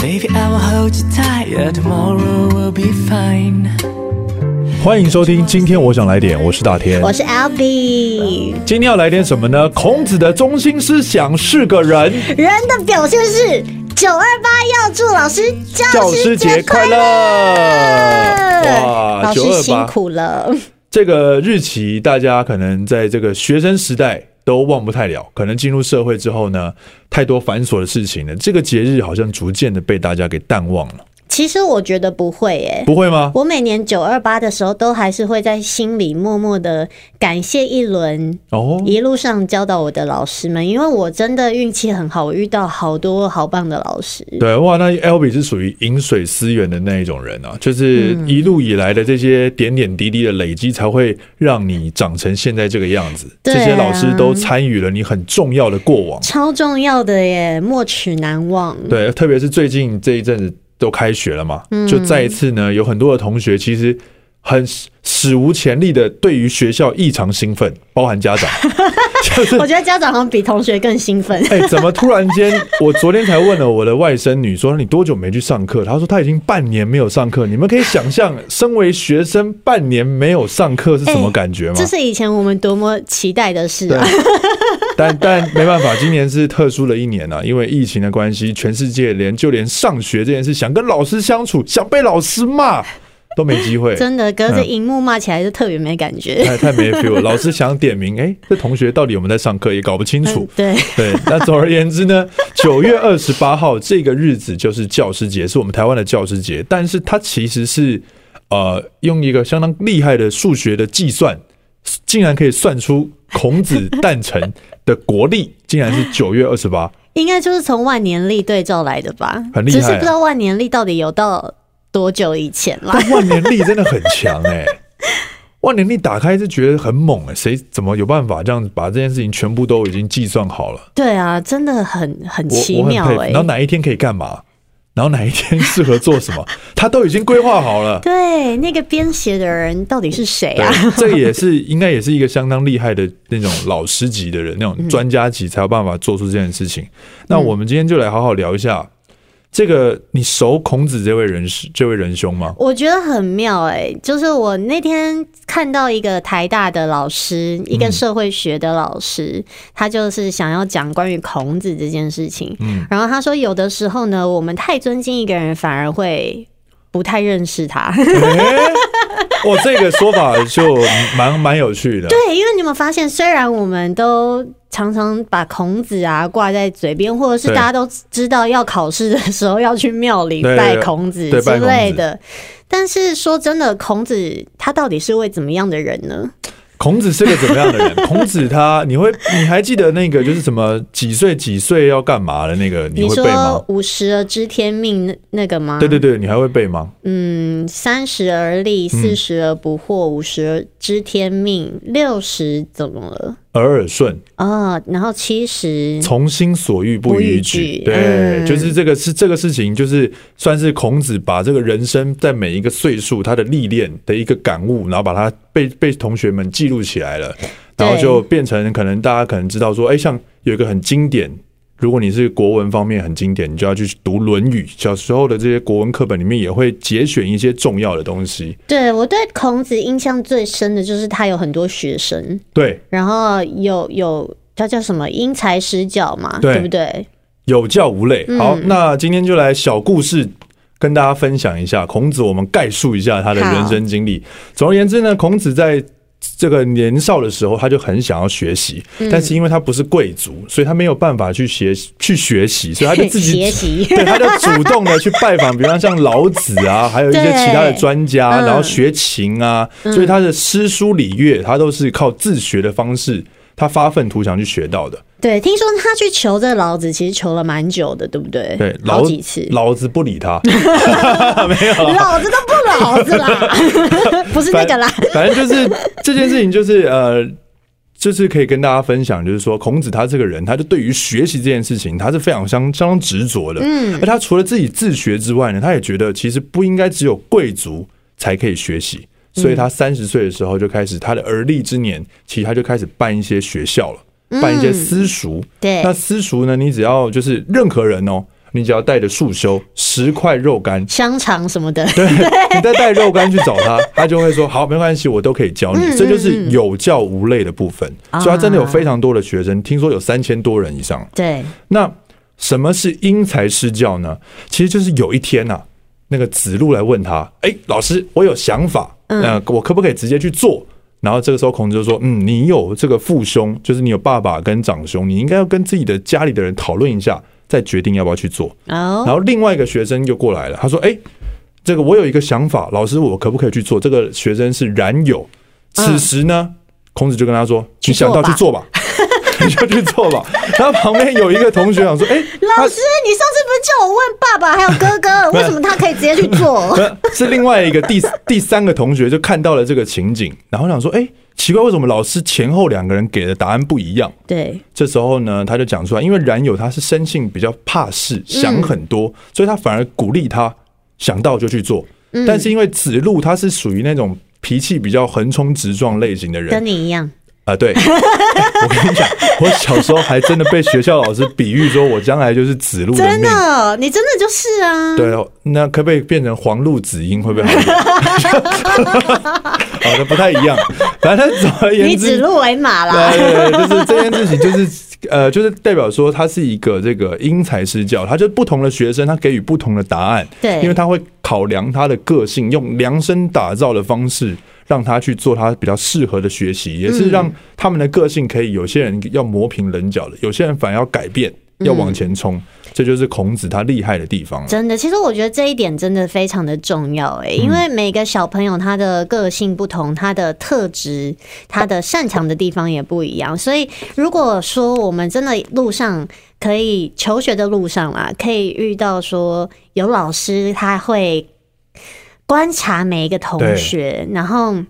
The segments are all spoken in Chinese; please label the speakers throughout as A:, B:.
A: Maybe I will hold you tight, yeah, tomorrow will be fine.
B: 欢迎收听，今天我想来点，我是大天。
C: 我是 Albie。
B: 今天要来点什么呢？孔子的中心思想是个人。
C: 人的表现是九二八要祝老师教
B: 教
C: 师
B: 师
C: 节
B: 节快
C: 快乐
B: 乐！！
C: 老
B: 哇，九
C: 师
B: 二
C: 辛
B: 八
C: 苦了，
B: 这个日期，大家可能在这个学生时代都忘不太了，可能进入社会之后呢，太多繁琐的事情了，这个节日好像逐渐的被大家给淡忘了，
C: 其实我觉得不会耶、
B: 不会吗？
C: 我每年九二八的时候，都还是会在心里默默的感谢一轮
B: 哦，
C: 一路上教导我的老师们，因为我真的运气很好，我遇到好多好棒的老师。
B: 对，哇，那 L B 是属于饮水思源的那一种人啊，就是一路以来的这些点点滴滴的累积，才会让你长成现在这个样子。
C: 对啊
B: 这些老师都参与了你很重要的过往，
C: 超重要的耶，莫齿难 忘。
B: 对，特别是最近这一阵子都开学了嘛，
C: 嗯
B: 就再一次呢，有很多的同学其实很史史无前例的对于学校异常兴奋，包含 家长，就是
C: 我觉得家长好像比同学更兴奋。
B: 哎、怎么突然间？我昨天才问了我的外甥女说，你多久没去上课？她说她已经半年没有上课。你们可以想象，身为学生半年没有上课是什么感觉吗？
C: 这哎是以前我们多么期待的事啊！
B: 但但没办法，今年是特殊的一年啊，因为疫情的关系，全世界连就连上学这件事，想跟老师相处，想被老师骂都没机会。
C: 真的，隔
B: 嗯
C: 着荧幕骂起来就特别没感觉。
B: 太太没 feel，了老师想点名，哎、这同学到底有没有在上课，也搞不 清楚。
C: 对，
B: 对，那总而言之呢，九月二十八号这个日子就是教师节，是我们台湾的教师节，但是它其实是呃用一个相当厉害的数学的计算，竟然可以算出孔子诞辰的国历，竟然是九月二十八。
C: 应该就是从万年历对照来的吧？
B: 很厉害啊
C: 只是不知道万年历到底有到多久以前啦。
B: 但万年历真的很强哎、万年历打开是觉得很猛哎、谁怎么有办法这样把这件事情全部都已经计算好了？
C: 对啊，真的很很
B: 我
C: 奇
B: 我很
C: 妙
B: 佩服。
C: 哎、
B: 然后哪一天可以干嘛？然后哪一天适合做什么？ 他都已经规划好了。
C: 对，那个编写的人到底是谁啊？
B: 对，这个也是应该也是一个相当厉害的那种老师级的人，那
C: 嗯
B: 种专家级才有办法做出这件事情。那我们今天就来好好聊一下这个，你熟孔子这位人士这位仁兄 吗？
C: 我觉得很妙哎、就是我那天看到一个台大的老师，一
B: 嗯
C: 个社会学的老师，他就是想要讲关于孔子这件事情。
B: 嗯
C: 然后他说，有的时候呢，我们太尊敬一个人，反而会不太认 识他。
B: 诶哇，这个说法就蛮蛮有趣的。
C: 对，因为你有没有发现，虽然我们都常常把孔子啊挂在嘴边，或者是
B: 对
C: 大家都知道要考试的时候要去庙里
B: 对
C: 拜
B: 对
C: 孔子
B: 对
C: 之
B: 拜孔
C: 类
B: 子
C: 的，但是说真的，孔子他到底是位怎么样的人呢？
B: 孔子是个怎么样的人？孔子他，你会你还记得那个就是什么几岁几岁要干嘛的那个，你会背吗
C: 说？五十而知天命那那个吗？
B: 对对对，你还会背吗？
C: 嗯，三十而立，四十而不惑，五十而知天命，六十怎么了？
B: 耳耳顺，
C: 哦，然后七十，
B: 从心所欲不逾
C: 不逾
B: 矩
C: 矩，
B: 对，
C: 嗯
B: 就是这个是这个事情，就是算是孔子把这个人生在每一个岁数他的历练的一个感悟，然后把它被被同学们记录起来了，然后
C: 对
B: 就变成可能大家可能知道说，哎，像有一个很经典。如果你是国文方面很经典，你就要去读《论语》。小时候的这些国文课本里面也会节选一些重要的东西。
C: 对我对孔子印象最深的就是他有很多学生，
B: 对，
C: 然后有有他叫什么因材施教嘛，
B: 对
C: 对不对？
B: 有教无类。
C: 嗯
B: 好，那今天就来小故事跟大家分享一下孔子，我们概述一下他的人生经历。总而言之呢，孔子在这个年少的时候，他就很想要学习，
C: 嗯
B: 但是因为他不是贵族，所以他没有办法去学去学习，所以他就 自己
C: 学。习
B: 对，他就主动的去拜访，比方像老子 啊，还有一些
C: 对
B: 其他的专家，
C: 嗯
B: 然后学琴啊，所以他的诗书礼乐，他都是靠自学的方式，他发愤图强去学到的。
C: 对，听说他去求这老子，其实求了蛮久的，对不对？
B: 对，
C: 好
B: 老
C: 几次，
B: 老子不理他，
C: 老子都不老子 啦，不是那个啦。
B: 反正就是这件事情，就是呃，就是可以跟大家分享，就是说孔子他这个人，他就对于学习这件事情，他是非常相相当执着的。嗯，而他除了自己自学之外呢，他也觉得其实不应该只有贵族才可以学习，所以
C: 嗯
B: 他三十岁的时候就开始他的而立之年，其实他就开始办一些学校了，办一些私塾。
C: 嗯对
B: 那私塾呢，你只要就是任何人哦。你只要带着束修十块肉干，
C: 香肠什么的，
B: 你再带肉干去找他，他就会说好，没关系，我都可以教你。这就是有教无类的部分，所以他真的有非常多的学生，听说有三千多人以上。
C: 对，
B: 那什么是因材施教呢？其实就是有一天呐、啊，那个子路来问他，哎、老师，我有想法，嗯、我可不可以直接去做？然后这个时候孔子就说，嗯，你有这个父兄，就是你有爸爸跟长兄，你应该要跟自己的家里的人讨论一下，再决定要不要去做。
C: 哦，
B: 然后另外一个学生又过来了，他说，哎、这个我有一个想法，老师，我可不可以去做？这个学生是冉有，此时呢，孔子就跟他说，
C: 嗯去
B: 你想到
C: 做吧
B: 去做吧。 你就去做 吧。然后旁边有一个同学想说：“哎、他
C: 老师，你上次不是叫我问爸爸还有哥 哥，为什么他可以直接去做？
B: 呃是另外一个第第三个同学就看到了这个情景，然后想说，哎、奇怪，为什么老师前后两个人给的答案不一样？
C: 对，
B: 这时候呢，他就讲出来，因为冉有他是生性比较怕事，
C: 嗯
B: 想很多，所以他反而鼓励他想到就去做。
C: 嗯
B: 但是因为子路他是属于那种脾气比较横冲直撞类型的人，
C: 跟你一样，
B: 啊， 对，我跟你讲，我小时候还真的被学校老师比喻说，我将来就是子路的
C: 真
B: 命。
C: 的，你真的就是啊，
B: 对哦，那可不可以变成黄鹿子英？会不会好一点？ 好的，不太一样。反正总而
C: 你
B: 言
C: 指
B: 之，
C: 鹿为马啦，
B: 对，啊就是这件事情，就是呃，就是代表说它是一个这个因材施教，它就不同的学生，他给予不同的答案，
C: 对
B: 因为他会考量他的个性，用量身打造的方式。让他去做他比较适合的学习，也是让他们的个性可以，有些人要磨平棱角的，有些人反而要改变，要往前冲，这就是孔子他厉害的地 方了。
C: 真的，其实我觉得这一点真的非常的重要诶、
B: 嗯
C: 因为每个小朋友他的个性不同，他的特质、他的擅长的地方也不一样，所以如果说我们真的路上可以求学的路上啦，可以遇到说有老师他会观察每一个同学，然后。诶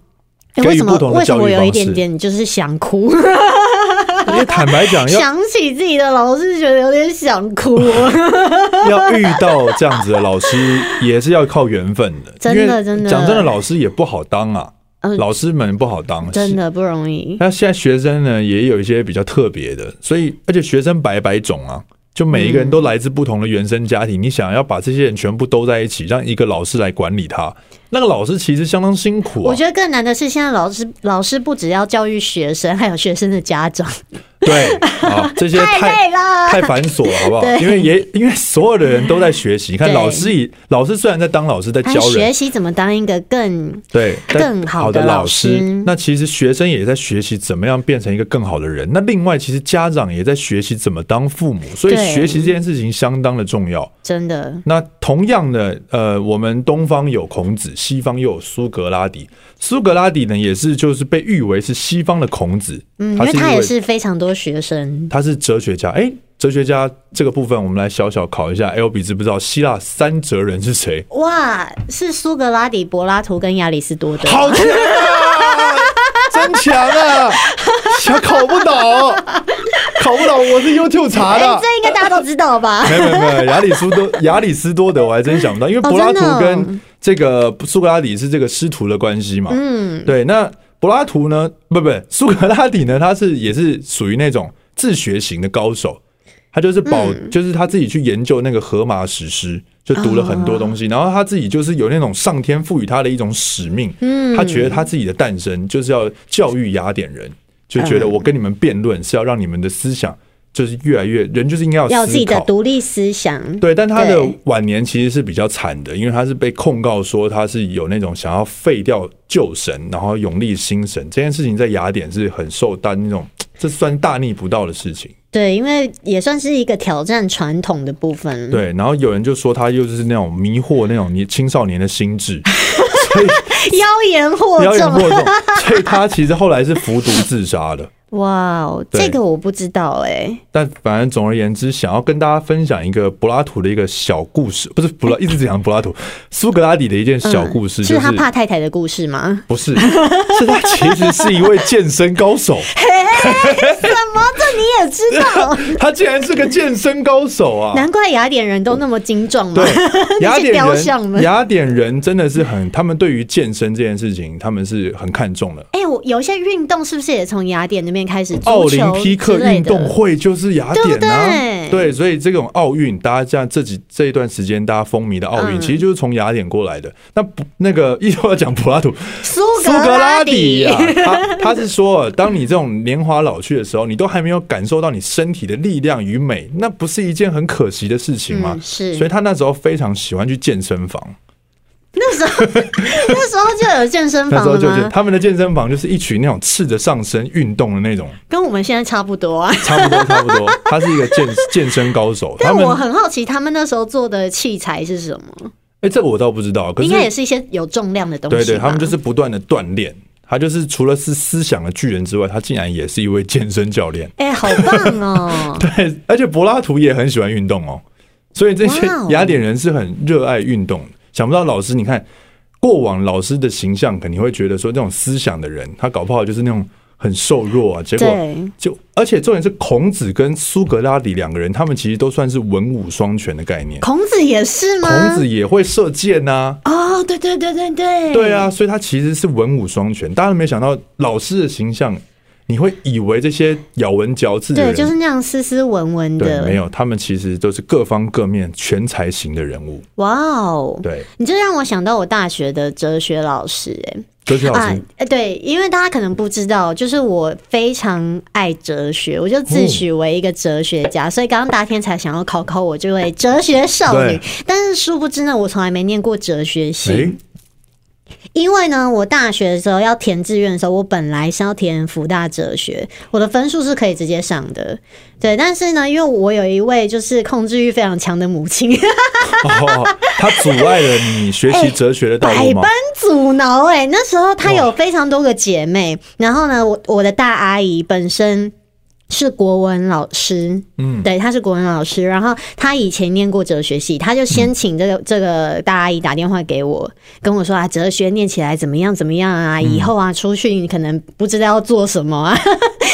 B: 给予
C: 为什么
B: 不同的
C: 为什么
B: 教育
C: 我有一
B: 方式
C: 点点就是想 哭，
B: 因为坦白讲，要
C: 想起自己的老师，觉得有点想哭。
B: 要遇到这样子的老师，也是要靠缘分的。
C: 真的
B: 因为
C: 真的
B: 讲真的，老师也不好当啊，
C: 嗯
B: 老师们不好当。
C: 真
B: 是。
C: 的不容易。
B: 那现在学生呢，也有一些比较特别的，所以而且学生百百种啊，就每一个人都来自不同的原生家庭。你想要把这些人全部都在一起，让一个老师来管理他，那个老师其实相当辛苦
C: 我
B: 啊。
C: 觉得更难的是，现在老师老师不只要教育学生，还有学生的家 长，
B: 对啊，这些太
C: 太累了。
B: 太繁琐了，好不 好？因为也因为所有的人都在学习，你看
C: 对
B: 老师也老师虽然在当老师在
C: 他
B: 教人，
C: 哎学习怎么当一个更
B: 对，但
C: 更好
B: 好
C: 的
B: 的
C: 老
B: 老师
C: 师。
B: 那其实学生也在学习怎么样变成一个更好的人。那另外，其实家长也在学习怎么当父母，所以
C: 对
B: 学习这件事情相当的重要。
C: 真的
B: 那同样的，呃，我们东方有孔子，西方又有苏格拉底。苏格拉底呢，也是就是被誉为是西方的孔子，
C: 嗯，因
B: 他
C: 为
B: 是一
C: 他也
B: 位
C: 是非常多学生，
B: 他是哲学家。哎，哲学家这个部分，我们来小小考一下。L 哎 B 知不知道希腊三哲人是谁？
C: 哇，是苏格拉底、柏拉图跟亚里士多德。
B: 好强啊！真强啊！想考不倒，考不倒，我是 YouTube 查
C: 哎、
B: 的。
C: 这应该大家都知 道吧？
B: 没有没有没有，亚里士 多亚里士多德我还真想不到，因为柏拉
C: 真的
B: 图
C: 哦
B: 跟这个苏格拉底是这个师徒的关系嘛。嗯，对。那柏拉图呢？不不，苏格拉底呢？他是也是属于那种自学型的高手，他就是保，
C: 嗯
B: 就是他自己去研究那个荷马史诗，就读了很多
C: 哦
B: 东西，然后他自己就是有那种上天赋予他的一种使命，嗯，他觉得他自己的诞生就是要教育雅典人，就觉得
C: 嗯
B: 我跟你们辩论是要让你们的思想。就是越来越人就是应该要
C: 要有
B: 思
C: 自己的
B: 考
C: 独立思想。
B: 对，但他的
C: 对
B: 晚年其实是比较惨的，因为他是被控告说他是有那种想要废掉旧神，然后永立新神这件事情，在雅典是很受到那种，这算大逆不道的事情。
C: 对，因为也算是一个挑战传统的部分。
B: 对，然后有人就说他又是那种迷惑那种年青少年的心 智，
C: 妖言惑
B: 妖言惑
C: 众。
B: 众，所以他其实后来是服毒自杀 的。
C: 哇哦，
B: 对
C: 这个我不知道哎、
B: 但反正总而言之，想要跟大家分享一个柏拉图的一个小故事，不是柏拉，一直讲柏拉图，苏格拉底的一件小故事，
C: 嗯
B: 就是
C: 他怕太太的故事吗？
B: 不是，是他其实是一位健身高手，
C: 什么？这你也知道？
B: 他竟然是个健身高手啊！
C: 难怪雅典人都那么精壮嘛，
B: 对。雅典
C: 雕像们
B: 人，雅典人真的是很，他们对于健身这件事情，他们是很看重的。
C: 哎、我有一些运动是不是也从雅典那边面开始，
B: 奥
C: 足球
B: 林匹克
C: 之类
B: 运动
C: 的
B: 会就是雅典
C: 对
B: 啊，
C: 不对
B: 所以这种奥运，大家这样这几这一段时间大家风靡的奥运，
C: 嗯
B: 其实就是从雅典过来的。那不那个一说要讲柏拉图，
C: 苏
B: 苏格拉底
C: 呀、
B: 啊，他他是说，当你这种年华老去的时候，你都还没有感受到你身体的力量与美，那不是一件很可惜的事情吗
C: 嗯？是
B: 所以他那时候非常喜欢去健身房，
C: 那时候 那时候就有健身
B: 那
C: 房
B: 时候
C: 了
B: 就是
C: 吗？
B: 他们的健身房就是一群那种赤着上身运动的那种，
C: 跟我们现在差不多啊。
B: 差不多差不多。他是一个健健身高手，他
C: 但
B: 们
C: 我很好奇，他们那时候做的器材是什么？
B: 哎、这我倒不知道，可
C: 应
B: 是
C: 该也是一些有重量的东西吧。
B: 对对，他们就是不断的锻炼。他就是除了是思想的巨人之外，他竟然也是一位健身教练。
C: 哎、好棒 哦！
B: 对，而且柏拉图也很喜欢运动哦，所以这些
C: 哇哦
B: 雅典人是很热爱运动的。想不到老师，你看过往老师的形象，肯定会觉得说这种思想的人，他搞不好就是那种很瘦弱啊。结果
C: 对
B: 就，而且重点是孔子跟苏格拉底两个人，他们其实都算是文武双全的概念。
C: 孔子也是吗？
B: 孔子也会射箭呐、
C: 哦，对对对对对，
B: 对啊，所以他其实是文武双全。当然没想到老师的形象，你会以为这些咬文嚼字的
C: 对，
B: 人
C: 就是那样斯斯文文
B: 对，
C: 的，
B: 没有，他们其实都是各方各面全才型的人物。
C: 哇哦！
B: 对，
C: 你这让我想到我大学的哲学老师、哎。
B: 哲学老
C: 啊
B: 师，，
C: 呃对，因为大家可能不知道，就是我非常爱哲学，我就自诩为一个哲学家，
B: 嗯
C: 所以刚刚大天才想要考考我这位哲学少女
B: 对，
C: 但是殊不知呢，我从来没念过哲学系，
B: 诶，
C: 因为呢，我大学的时候要填志愿的时候，我本来是要填福大哲学，我的分数是可以直接上的，对，但是呢，因为我有一位就是控制欲非常强的母亲，
B: 哦，他阻碍了你学习哲学的道
C: 百
B: 路吗
C: 般？阻挠哎、那时候她有非常多个姐妹，然后呢，我我的大阿姨本身。是国文老师，嗯，对，她是国文老师，然后她以前念过哲学系，她就先请这个、这个大阿姨打电话给我，跟我说啊，哲学念起来怎么样怎么样啊，
B: 嗯
C: 以后啊出去你可能不知道要做什么 啊，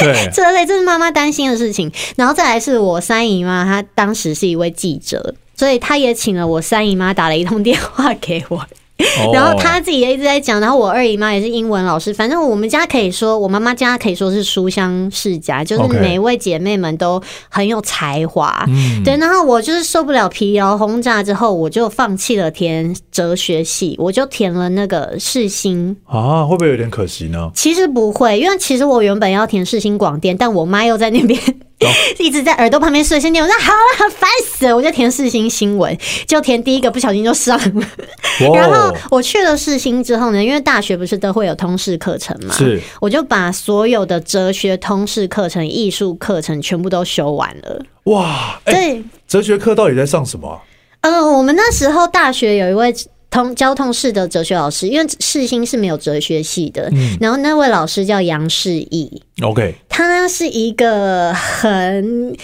B: 对，
C: 这类这是妈妈担心的事情。然后再来是我三姨妈，她当时是一位记者，所以她也请了我三姨妈打了一通电话给我，
B: 哦
C: 然后她自己也一直在讲，然后我二姨妈也是英文老师，反正我们家可以说，我妈妈家可以说是书香世家，就是
B: OK
C: 每一位姐妹们都很有才华。
B: 嗯
C: 对，然后我就是受不了疲劳轰炸之后，我就放弃了填哲学系，我就填了那个世新。
B: 啊，会不会有点可惜呢？
C: 其实不会，因为其实我原本要填世新广电，但我妈又在那边
B: 哦
C: 一直在耳朵旁边碎碎念，我说好了，烦死了，我就填世新新闻，就填第一个，不小心就上了。
B: 哦
C: 然后
B: 哇，
C: 我去了世新之后呢，因为大学不是都会有通识课程嘛，
B: 是，
C: 我就把所有的哲学通识课程、艺术课程全部都修完了。
B: 哇，哎，
C: 对，
B: 哲学课到底在上什么啊？
C: 呃，我们那时候大学有一位通交通系的哲学老师，因为世新是没有哲学系的，
B: 嗯
C: 然后那位老师叫杨世义，
B: OK，
C: 他是一个很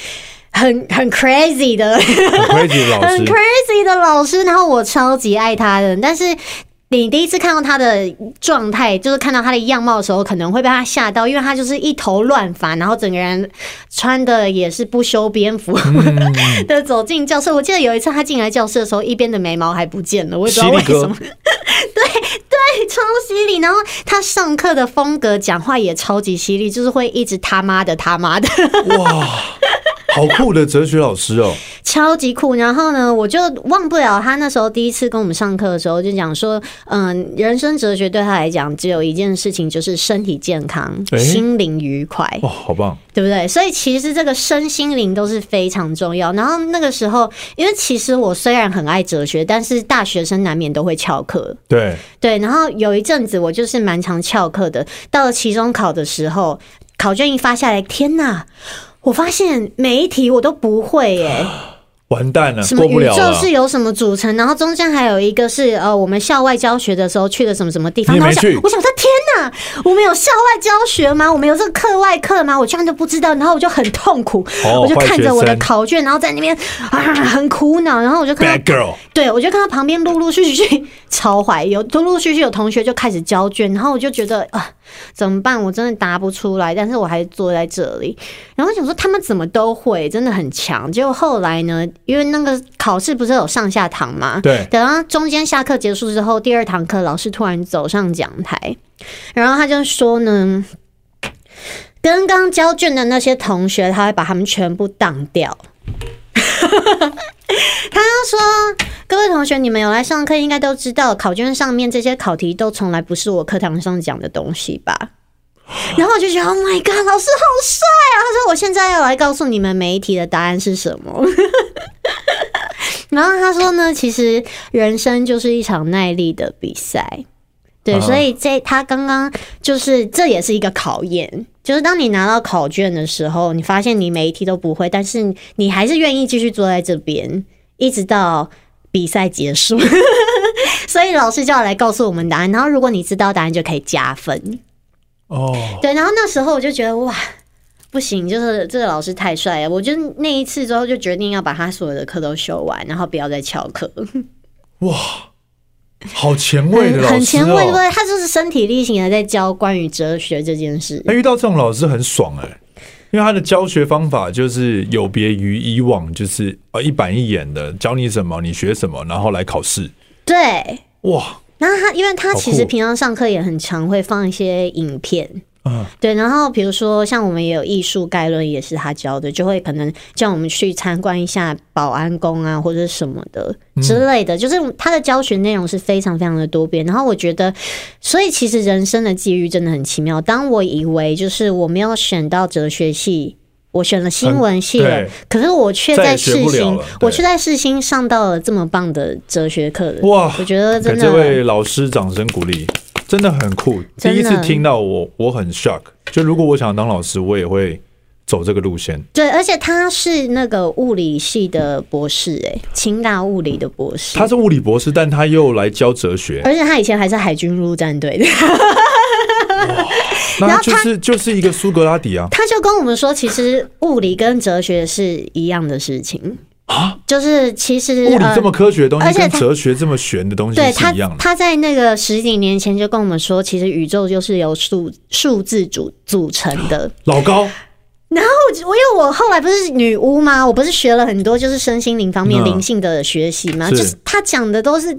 C: 很很 crazy 的
B: 很 crazy 的老
C: 很
B: 师
C: crazy 的老师，然后我超级爱他的，但是。你第一次看到他的状态，就是看到他的样貌的时候，可能会被他吓到，因为他就是一头乱发，然后整个人穿的也是不修边幅
B: 嗯
C: 的走进教室。我记得有一次他进来教室的时候，一边的眉毛还不见了，我也不
B: 犀
C: 知道为
B: 利
C: 什
B: 哥
C: 么，，超犀利。然后他上课的风格、讲话也超级犀利，就是会一直他妈的他妈的。
B: 哇，好酷的哲学老师哦，
C: 超级酷。然后呢，我就忘不了他那时候第一次跟我们上课的时候，就讲说，嗯，人生哲学对他来讲只有一件事情，就是身体健康、
B: 诶
C: 心灵愉快，
B: 哇，好棒，
C: 对不对？所以其实这个身心灵都是非常重要。然后那个时候，因为其实我虽然很爱哲学，但是大学生难免都会翘课，
B: 对，
C: 对，然后有一阵子我就是蛮常翘课的，到了期中考的时候，考卷一发下来，天呐，我发现每一题我都不会耶、
B: 完蛋了
C: 什，么
B: 过不
C: 宇
B: 了
C: 宙
B: 了，
C: 是由什么组成，然后中间还有一个是呃，我们校外教学的时候去的什么什么地方。
B: 你也
C: 然后我
B: 没
C: 想
B: 去
C: 我想说，天哪，我们有校外教学吗？我们有这个课外课吗？我居然都不知道，然后我就很痛苦，
B: 哦
C: 我就看着我
B: 坏学
C: 的
B: 生
C: 考卷，然后在那边啊很苦恼，然后我就看到
B: bad girl，
C: 对，我就看到旁边陆陆续续超怀有 陆陆续续有同学就开始交卷，然后我就觉得啊，怎么办？我真的答不出来，但是我还坐在这里，然后想说他们怎么都会，真的很强。结果后来呢，因为那个考试不是有上下堂嘛，
B: 对
C: 等到中间下课结束之后，第二堂课老师突然走上讲台，然后他就说呢。跟刚交卷的那些同学，他会把他们全部当掉。 他说：“各位同学，你们有来上课，应该都知道，考卷上面这些考题都从来不是我课堂上讲的东西吧？”然后我就觉得，Oh my god，老师好帅啊！他说：“我现在要来告诉你们每一题的答案是什么。” 然后他说呢，其实人生就是一场耐力的比赛。对，
B: 啊
C: 所以这他刚刚就是这也是一个考验，就是当你拿到考卷的时候，你发现你每一题都不会，但是你还是愿意继续坐在这边，一直到比赛结束。 所以老师就要来告诉我们答案，然后如果你知道答案就可以加分。
B: 哦，
C: 对，然后那时候我就觉得哇，不行，就是这个老师太帅了。我就那一次之后就决定要把他所有的课都修完，然后不要再翘 课。
B: 哇，好前卫的老
C: 很
B: 师、哦，
C: 很前卫，对不对？他就是身体力行的在教关于哲学这件事。
B: 那遇到这种老师很爽哎、因为他的教学方法就是有别于以往，就是呃一板一眼的教你什么，你学什么，然后来考试。
C: 对，
B: 哇，
C: 然后他，因为他
B: 好
C: 其实
B: 酷
C: 平常上课也很常会放一些影片。
B: 嗯
C: 对，然后比如说像我们也有艺术概论，也是他教的，就会可能叫我们去参观一下保安宫啊，或者是什么的
B: 嗯
C: 之类的，就是他的教学内容是非常非常的多变。然后我觉得，所以其实人生的际遇真的很奇妙。当我以为就是我没有选到哲学系，我选了新闻系
B: 嗯
C: 了
B: 对，
C: 可是我却
B: 再也
C: 在
B: 学
C: 世
B: 不了
C: 新
B: 了，
C: 我
B: 对
C: 却在世新上到了这么棒的哲学课。
B: 哇
C: 我觉得
B: 给
C: 真的
B: 这位老师掌声鼓励，真的很酷。第
C: 真的
B: 一次听到我，我很 shock。就如果我想当老师，我也会走这个路线。
C: 对，而且他是那个物理系的博士、欸，清大物理的博士。
B: 他是物理博士，但他又来教哲学，
C: 而且他以前还是海军陆战队的，
B: 那他就是就是一个苏格拉底啊。
C: 他就跟我们说，其实物理跟哲学是一样的事情啊，就是其实
B: 物理
C: 呃
B: 这么科学的东
C: 而
B: 西，
C: 且
B: 跟
C: 他
B: 哲学这么玄的东西
C: 对
B: 是
C: 他
B: 一样，的。
C: 他在那个十几年前就跟我们说，其实宇宙就是由数数字组组成的。 哦
B: 老高，
C: 我因为我后来不是女巫吗？我不是学了很多就是身心灵方面
B: 嗯
C: 灵性的学习吗？
B: 是
C: 就是他讲的都是，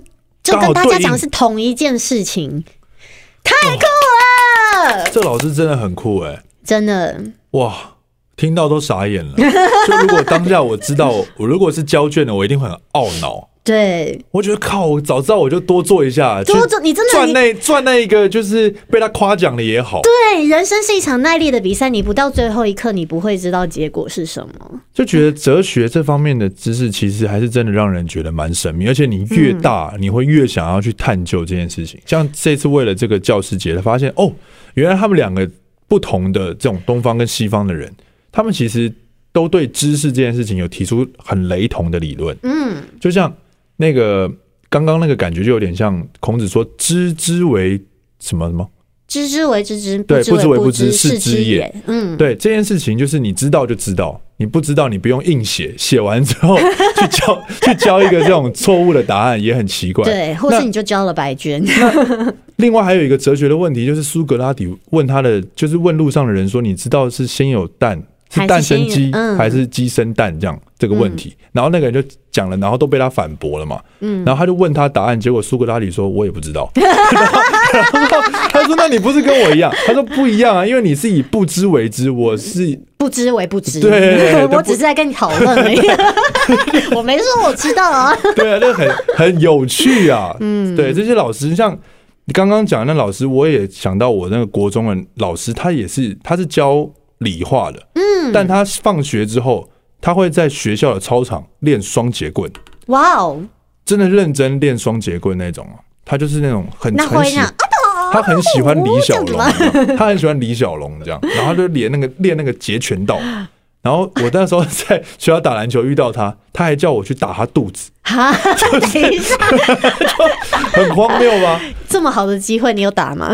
C: 就
B: 刚
C: 跟
B: 好
C: 大家
B: 对应
C: 讲的是同一件事情，太酷了！
B: 这老师真的很酷哎、
C: 真的，
B: 哇，听到都傻眼了。 就如果当下我知道，我如果是交卷的，我一定会很懊恼。
C: 对，
B: 我觉得靠，我早知道我就多做一下，
C: 多
B: 去
C: 做你真的
B: 赚
C: 你
B: 那赚那一个，就是被他夸奖的也好，
C: 对，人生是一场耐力的比赛，你不到最后一刻，你不会知道结果是什么。
B: 就觉得哲学这方面的知识其实还是真的让人觉得蛮神秘，而且你越大，你会越想要去探究这件事情。像这次为了这个教师节，发现哦，原来他们两个不同的这种东方跟西方的人，他们其实都对知识这件事情有提出很雷同的理论。
C: 嗯，
B: 就像那个刚刚那个感觉，就有点像孔子说“知之为什么什么
C: 知之为知之，
B: 对
C: 知
B: 不知为
C: 不
B: 不知
C: 是
B: 是知
C: 知
B: 也。
C: 嗯”。，
B: 对这件事情，就是你知道就知道，你不知道你不用硬写，写完之后去教 去教一个这种错误的答案也很奇怪。
C: 对，或
B: 那
C: 是你就交了白卷。
B: 另外还有一个哲学的问题，就是苏格拉底问他的，就是问路上的人说：“你知道是先有蛋，是
C: 还是
B: 蛋生鸡
C: 先有嗯
B: 还是鸡生蛋这样这个问题？”然后那个人就讲了，然后都被他反驳了嘛。嗯，然后他就问他答案，结果苏格拉底说：“我也不知 道。”然后他说：“那你不是跟我一样？”他说：“不一样啊，因为你是以不知为知，我是
C: 不知为不知，
B: 对
C: 我只是在跟你讨 论而已， 我没说我知道啊。
B: 对啊，那很很有趣啊。嗯，对，这些老师像你刚刚讲的那老师，我也想到我那个国中的老师，他也是他是教理化的，嗯，但他放学之后，他会在学校的操场练双节棍，
C: 哇哦，
B: 真的认真练双节棍那种啊。他就是那种很
C: 那
B: 很
C: 会
B: 喜
C: 让。
B: 他很喜欢李小龙啊
C: 哦，
B: 他很喜欢李小龙这样，然后他就练那个练那个截拳道。然后我那时候 在学校打篮球遇到他，他还叫我去打他肚子，
C: 啊哈， 等一下，
B: 很荒谬吧？
C: 这么好的机会你有打吗？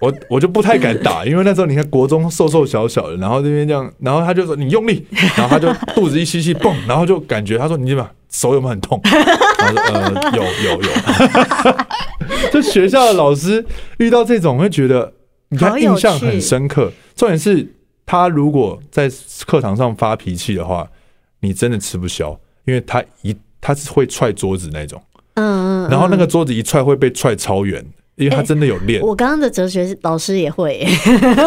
B: 我我就不太敢打，因为那时候你看国中瘦瘦小小的，然后这边这样，然后他就说你用力，然后他就肚子一吸气蹦，然后就感觉他说你怎么手有没有很痛？然后说呃有有有， 就学校的老师遇到这种会觉得你
C: 好
B: 看
C: 有
B: 印象
C: 趣
B: 很深刻，重点是他如果在课堂上发脾气的话，你真的吃不消，因为他一他是会踹桌子那种，
C: 嗯，嗯嗯
B: 然后那个桌子一踹会被踹超远。因为他真的有练。
C: 我刚刚的哲学老师也会耶，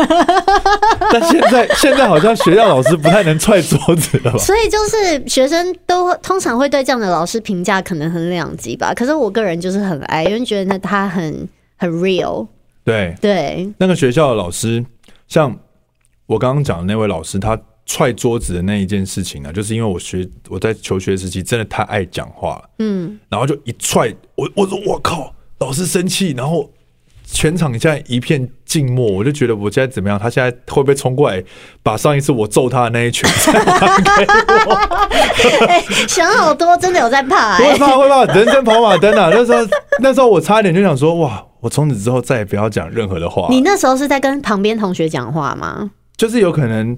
B: 但现在现在好像学校老师不太能踹桌子了吧？
C: 所以就是学生都通常会对这样的老师评价可能很两极吧。可是我个人就是很爱，因为觉得他很很 real。
B: 对，
C: 对，
B: 那个学校的老师，像我刚刚讲的那位老师，他踹桌子的那一件事情呢、啊就是因为我学我在求学时期真的太爱讲话了，嗯，然后就一踹，我我说我靠，老师生气，然后全场现在一片静默，我就觉得我现在怎么样，他现在会不会冲过来把上一次我揍他的那一拳再还给我？
C: 哎、想好多，真的有在 怕、
B: 会
C: 哎，
B: 怕会怕，人生跑马灯啊！ 那时候那时候我差点就想说，哇，我从此之后再也不要讲任何的话，
C: 你那时候是在跟旁边同学讲话吗？
B: 就是有可能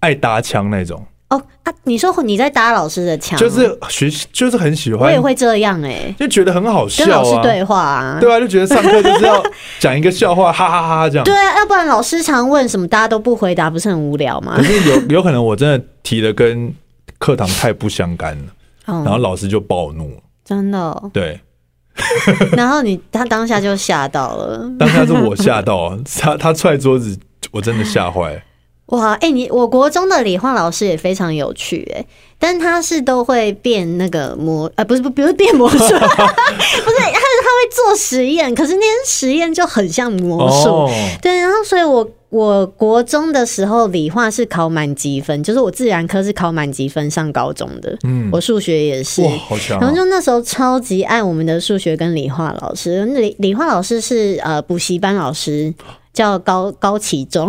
B: 爱搭腔那种。
C: 哦啊，你说你在搭老师的墙，
B: 就是学，就是很喜
C: 啊我
B: 欢
C: 也，会这样哎、
B: 就觉得很好笑
C: 跟老师
B: 啊，
C: 对话啊。
B: 对啊，就觉得上课就是要讲一个笑话，哈哈哈哈这样
C: 对。啊，要不然老师常问什么，大家都不回答，不是很无聊吗
B: 可？是有有可能我真的提的跟课堂太不相干了，然后
C: 哦，
B: 老师就暴怒了。。
C: 真的、哦
B: 对，
C: 然后你他当下就吓到了，
B: 当下是我吓到，啊 他他踹桌子，我真的吓坏了。
C: 哇！哎、你我国中的理化老师也非常有趣哎、但他是都会变那个魔，呃，不是不不是 变魔 术，不是他他会做实验，可是那些实验就很像魔术。
B: 哦，
C: 对，然后所以我我国中的时候理化是考满积分，就是我自然科是考满积分上高中的，
B: 嗯
C: 我数学也是
B: 哇，。好强
C: 然后
B: 哦！
C: 就那时候超级爱我们的数学跟理化老师，理理化老师是呃补习班老师，叫高高启 中，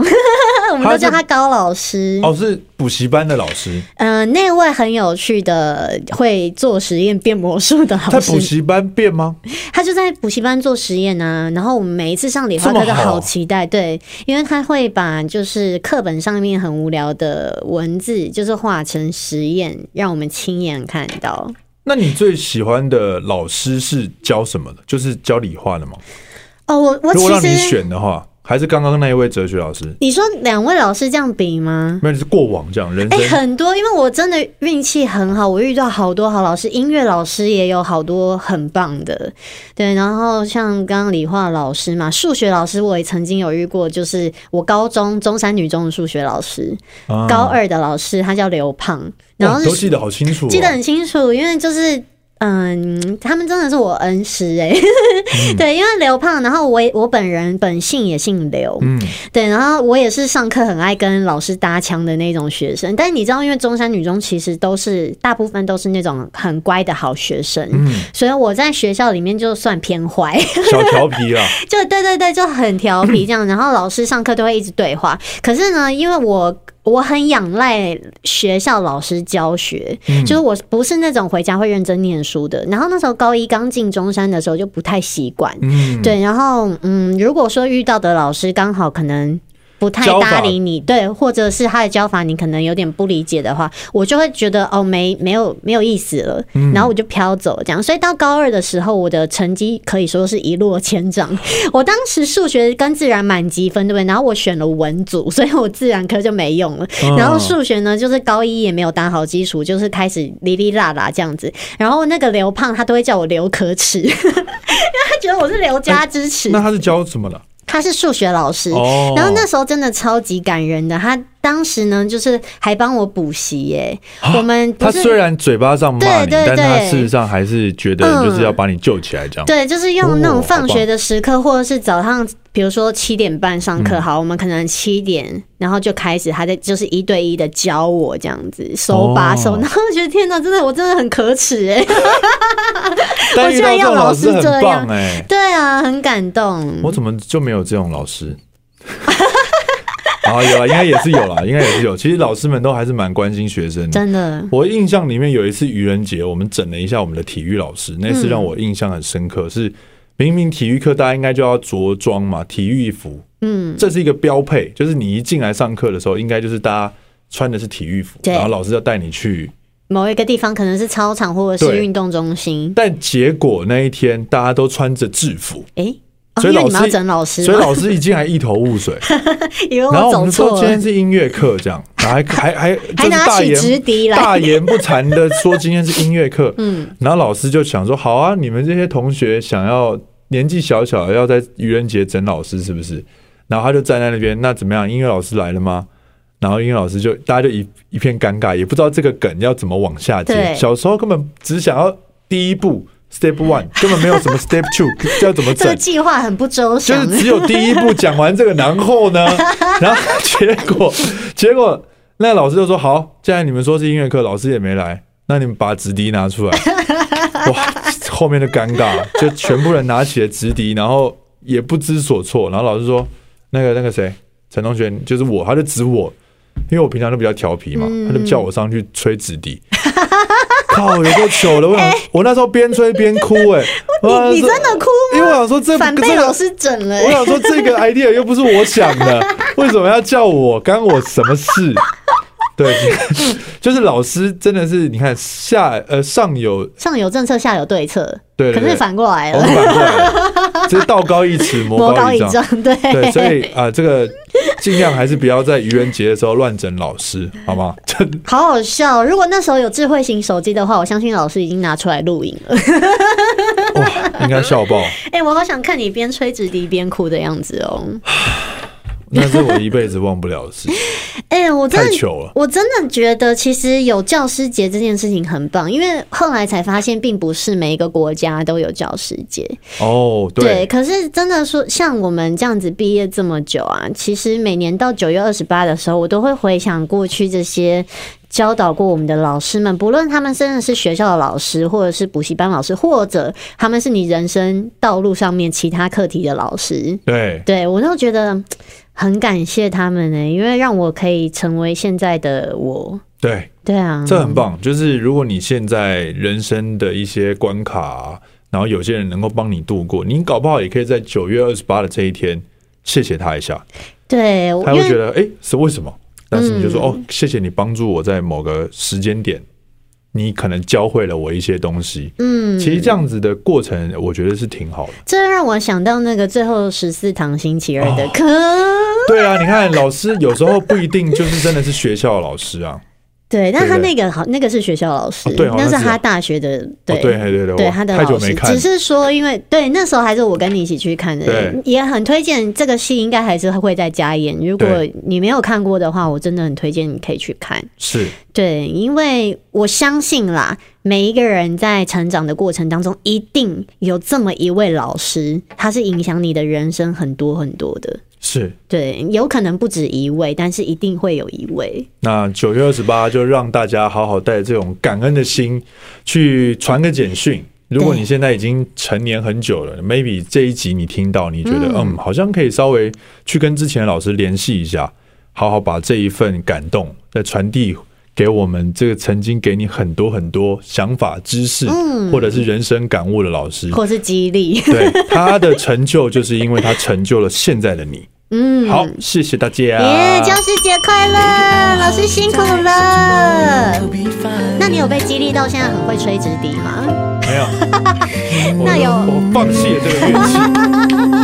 C: 我们
B: 他
C: 都
B: 是
C: 叫他高老师。
B: 哦，是补习班的老师，
C: 嗯、那位很有趣的会做实验变魔术的
B: 在
C: 老
B: 补
C: 师，
B: 习班变吗？
C: 他就在补习班做实验啊。然后我们每一次上理化课
B: 这
C: 都
B: 么好
C: 好期待，对，因为他会把就是课本上面很无聊的文字，就是画成实验，让我们亲眼看到。
B: 那你最喜欢的老师是教什么的？就是教理化的吗？
C: 哦，我我
B: 如
C: 其
B: 果让你
C: 实
B: 选的话，还是刚刚那一位哲学老师？
C: 你说两位老师这样比吗？
B: 没有，就是过往这样人
C: 哎、
B: 生。
C: 很多，因为我真的运气很好，我遇到好多好老师，音乐老师也有好多很棒的，对。然后像刚刚理化老师嘛，数学老师我也曾经有遇过，就是我高中中山女中的数学老师，
B: 啊
C: 高二的老师他叫刘胖，然后
B: 哇，
C: 是
B: 都记得好清楚、哦，
C: 记得很清楚，因为就是。嗯，他们真的是我恩师哎、
B: 嗯
C: 对，因为刘胖，然后我也我本人本姓也姓刘，
B: 嗯，
C: 对，然后我也是上课很爱跟老师搭腔的那种学生，但是你知道，因为中山女中其实都是大部分都是那种很乖的好学生，
B: 嗯
C: 所以我在学校里面就算偏坏，
B: 小调皮 啊，
C: 就对对对，就很调皮这样。然后老师上课都会一直对话，可是呢，因为我。我很仰赖学校老师教学，就是我不是那种回家会认真念书的。然后那时候高一刚进中山的时候就不太习惯，
B: 嗯，
C: 对，然后嗯，如果说遇到的老师刚好可能不太
B: 教
C: 搭
B: 法
C: 理你，对，或者是他的教法你可能有点不理解的话，我就会觉得哦，没没有没有意思了，
B: 嗯
C: 然后我就飘走了这样。所以到高二的时候，我的成绩可以说是一落千丈。 我当时数学跟自然满积分，对不对？然后我选了文组，所以我自然科就没用了。
B: 嗯
C: 然后数学呢，就是高一也没有打好基础，就是开始哩哩啦啦这样子。然后那个刘胖他都会叫我刘可耻，因 为他觉得我是刘家之耻。
B: 那他是教什么的？
C: 他是数学老师，
B: 哦
C: 然后那时候真的超级感人的。他当时呢，就是还帮我补习耶。我们不
B: 啊他
C: 是
B: 虽然嘴巴上骂你，
C: 对对
B: 但他
C: 对嗯
B: 事实上还是觉得就是要把你救起来这样。
C: 对，就是用那
B: 哦好
C: 种放
B: 棒
C: 学的时刻，或者是早上，比如说七点半上
B: 嗯
C: 课，好，我们可能七点，然后就开始他在就是一对一的教我这样子手把手，
B: 哦
C: 然后我觉得天哪，真的我真的很可耻哎、
B: 但遇到这种老
C: 我
B: 师
C: 现在
B: 很
C: 要老师这
B: 棒
C: 样
B: 哎，
C: 对啊，很感动。
B: 我怎么就没有这种老师？ 啊，有啊，应该也是有啦，应该也是有。其实老师们都还是蛮关心学生的。
C: 真的，
B: 我印象里面有一次愚人节，我们整了一下我们的体育老师，那次让我印象很深
C: 嗯
B: 刻。是明明体育课大家应该就要着装嘛，体育服，嗯，这是一个标配，就是你一进来上课的时候，应该就是大家穿的是体育服，
C: 对
B: 然后老师要带你去。
C: 某一个地方可能是操场或者是
B: 对
C: 运动中心，
B: 但结果那一天大家都穿着制服，
C: 诶，哦，
B: 所以
C: 因
B: 老
C: 为你们要
B: 师
C: 整老师
B: 所以
C: 嘛，
B: 老师一进来一头雾水。
C: 以为
B: 然后
C: 我
B: 我
C: 走
B: 们说
C: 错
B: 今天
C: 了，
B: 是音乐课，这样， 然后还还还就
C: 还
B: 是
C: 拿
B: 大
C: 起直
B: 言
C: 笛来
B: 大言不惭 的说今天是音乐课，嗯，然后老师就想说，好啊，你们这些同学想要年纪小小的要在愚人节整老师，是不是？然后他就站在那边，那怎么样？音乐老师来了吗？然后音乐老师就大家就一一片尴尬，也不知道这个梗要怎么往下接。
C: 对
B: 小时候根本只想要第一步 step one，根本没有什么 step two 要怎么
C: 这个
B: 整。
C: 计划很不周
B: 就
C: 详
B: 是。只有第一步讲完这个，然后 呢，然后结果结果那老师就说好，既然你们说是音乐课，老师也没来，那你们把纸笛拿 出来，哇，后面就尴尬，了，就全部人拿起了纸笛，然后也不知所措，然后老师说那个那个谁，陈同学就是我，他就指我，因为我平常都比较调皮嘛，
C: 嗯
B: 他就叫我上去吹纸 笛。靠，有够糗了！我想，我那时候边吹边哭、哎，哇
C: 哎 你你真的哭吗？
B: 因为我想说这
C: 反
B: 这
C: 被
B: 个
C: 老师整了、
B: 我想说这个 idea 又不是我想的，为什么要叫我？干我什么事？对， 就是老师真的是，你看下呃上有
C: 上有政策，下有对策，
B: 对对对
C: 可是反过来
B: 我
C: 了，
B: 们反过来，这是道高一尺，魔
C: 魔
B: 高
C: 高
B: 一
C: 一
B: 丈
C: 丈。， 对
B: 对，所以啊、呃这个尽量还是不要在愚人节的时候乱整老师，好吗？ 这
C: 好好笑哦。如果那时候有智慧型手机的话，我相信老师已经拿出来录影了。
B: 哇，应该笑爆，
C: 哎、我好想看你边吹纸笛边哭的样子哦。
B: 那是我一辈子忘不了的事情。
C: 哎、我真
B: 太
C: 的
B: 糗了
C: 我真的觉得其实有教师节这件事情很棒，因为后来才发现，并不是每一个国家都有教师节。
B: 哦，对，
C: 可是真的说，像我们这样子毕业这么久啊，其实每年到九月二十八的时候，我都会回想过去这些教导过我们的老师们，不论他们真的是学校的老师，或者是补习班老师，或者他们是你人生道路上面其他课题的老师，
B: 对，
C: 对我都觉得嗯很感谢他们呢、欸因为让我可以成为现在的我。
B: 对。
C: 对啊，
B: 这很棒，就是如果你现在人生的一些关卡、然后有些人能够帮你度过，你搞不好也可以在九月二十八的这一天谢谢他一下，
C: 对，
B: 他
C: 哦
B: 会
C: 因为嗯
B: 觉得哎、诶是为什么？但是你就说、哦，谢谢你帮助我在某个时间点，你可能教会了我一些东西。嗯，其实这样子的过程，我觉得是挺好的。
C: 这让我想到那个最后十四堂星期二的
B: 哦
C: 课。
B: 对啊，你看老师有时候不一定就是真的是学校的老师啊。
C: 对，但
B: 对
C: 他
B: 不对
C: 那个好，那个是学校老师，
B: 哦对好
C: 那
B: 像
C: 是
B: 是
C: 他
B: 哦
C: 大学的，对、
B: 对对对我
C: 他的
B: 太久
C: 老师
B: 没看
C: 只是说，因为对那时候还是我跟你一起去看的
B: 对，
C: 也很推荐这个戏，应该还是会在家演。如果
B: 对
C: 你没有看过的话，我真的很推荐你可以去看。
B: 是，
C: 对，因为我相信啦，每一个人在成长的过程当中，一定有这么一位老师，他是影响你的人生很多很多的。
B: 是，
C: 对，有可能不止一位，但是一定会有一位。
B: 那九月二十八就让大家好好带这种感恩的心去传个简讯。如果
C: 对
B: 你现在已经成年很久了，maybe 这一集你听到，你觉得嗯好像可以稍微去跟之前的老师联系一下，好好把这一份感动再传递给我们这个曾经给你很多很多想法、知识，或者是人生感悟的老师。
C: 或是 激励，
B: 对他的成就，就是因为他成就了现在的你。嗯，好，谢谢大家。
C: 耶！教师节快乐，老师辛苦了。那你有被激励到现在很会吹直笛吗？
B: 没有，
C: 那有
B: 我我放弃了这个乐器。
C: 哎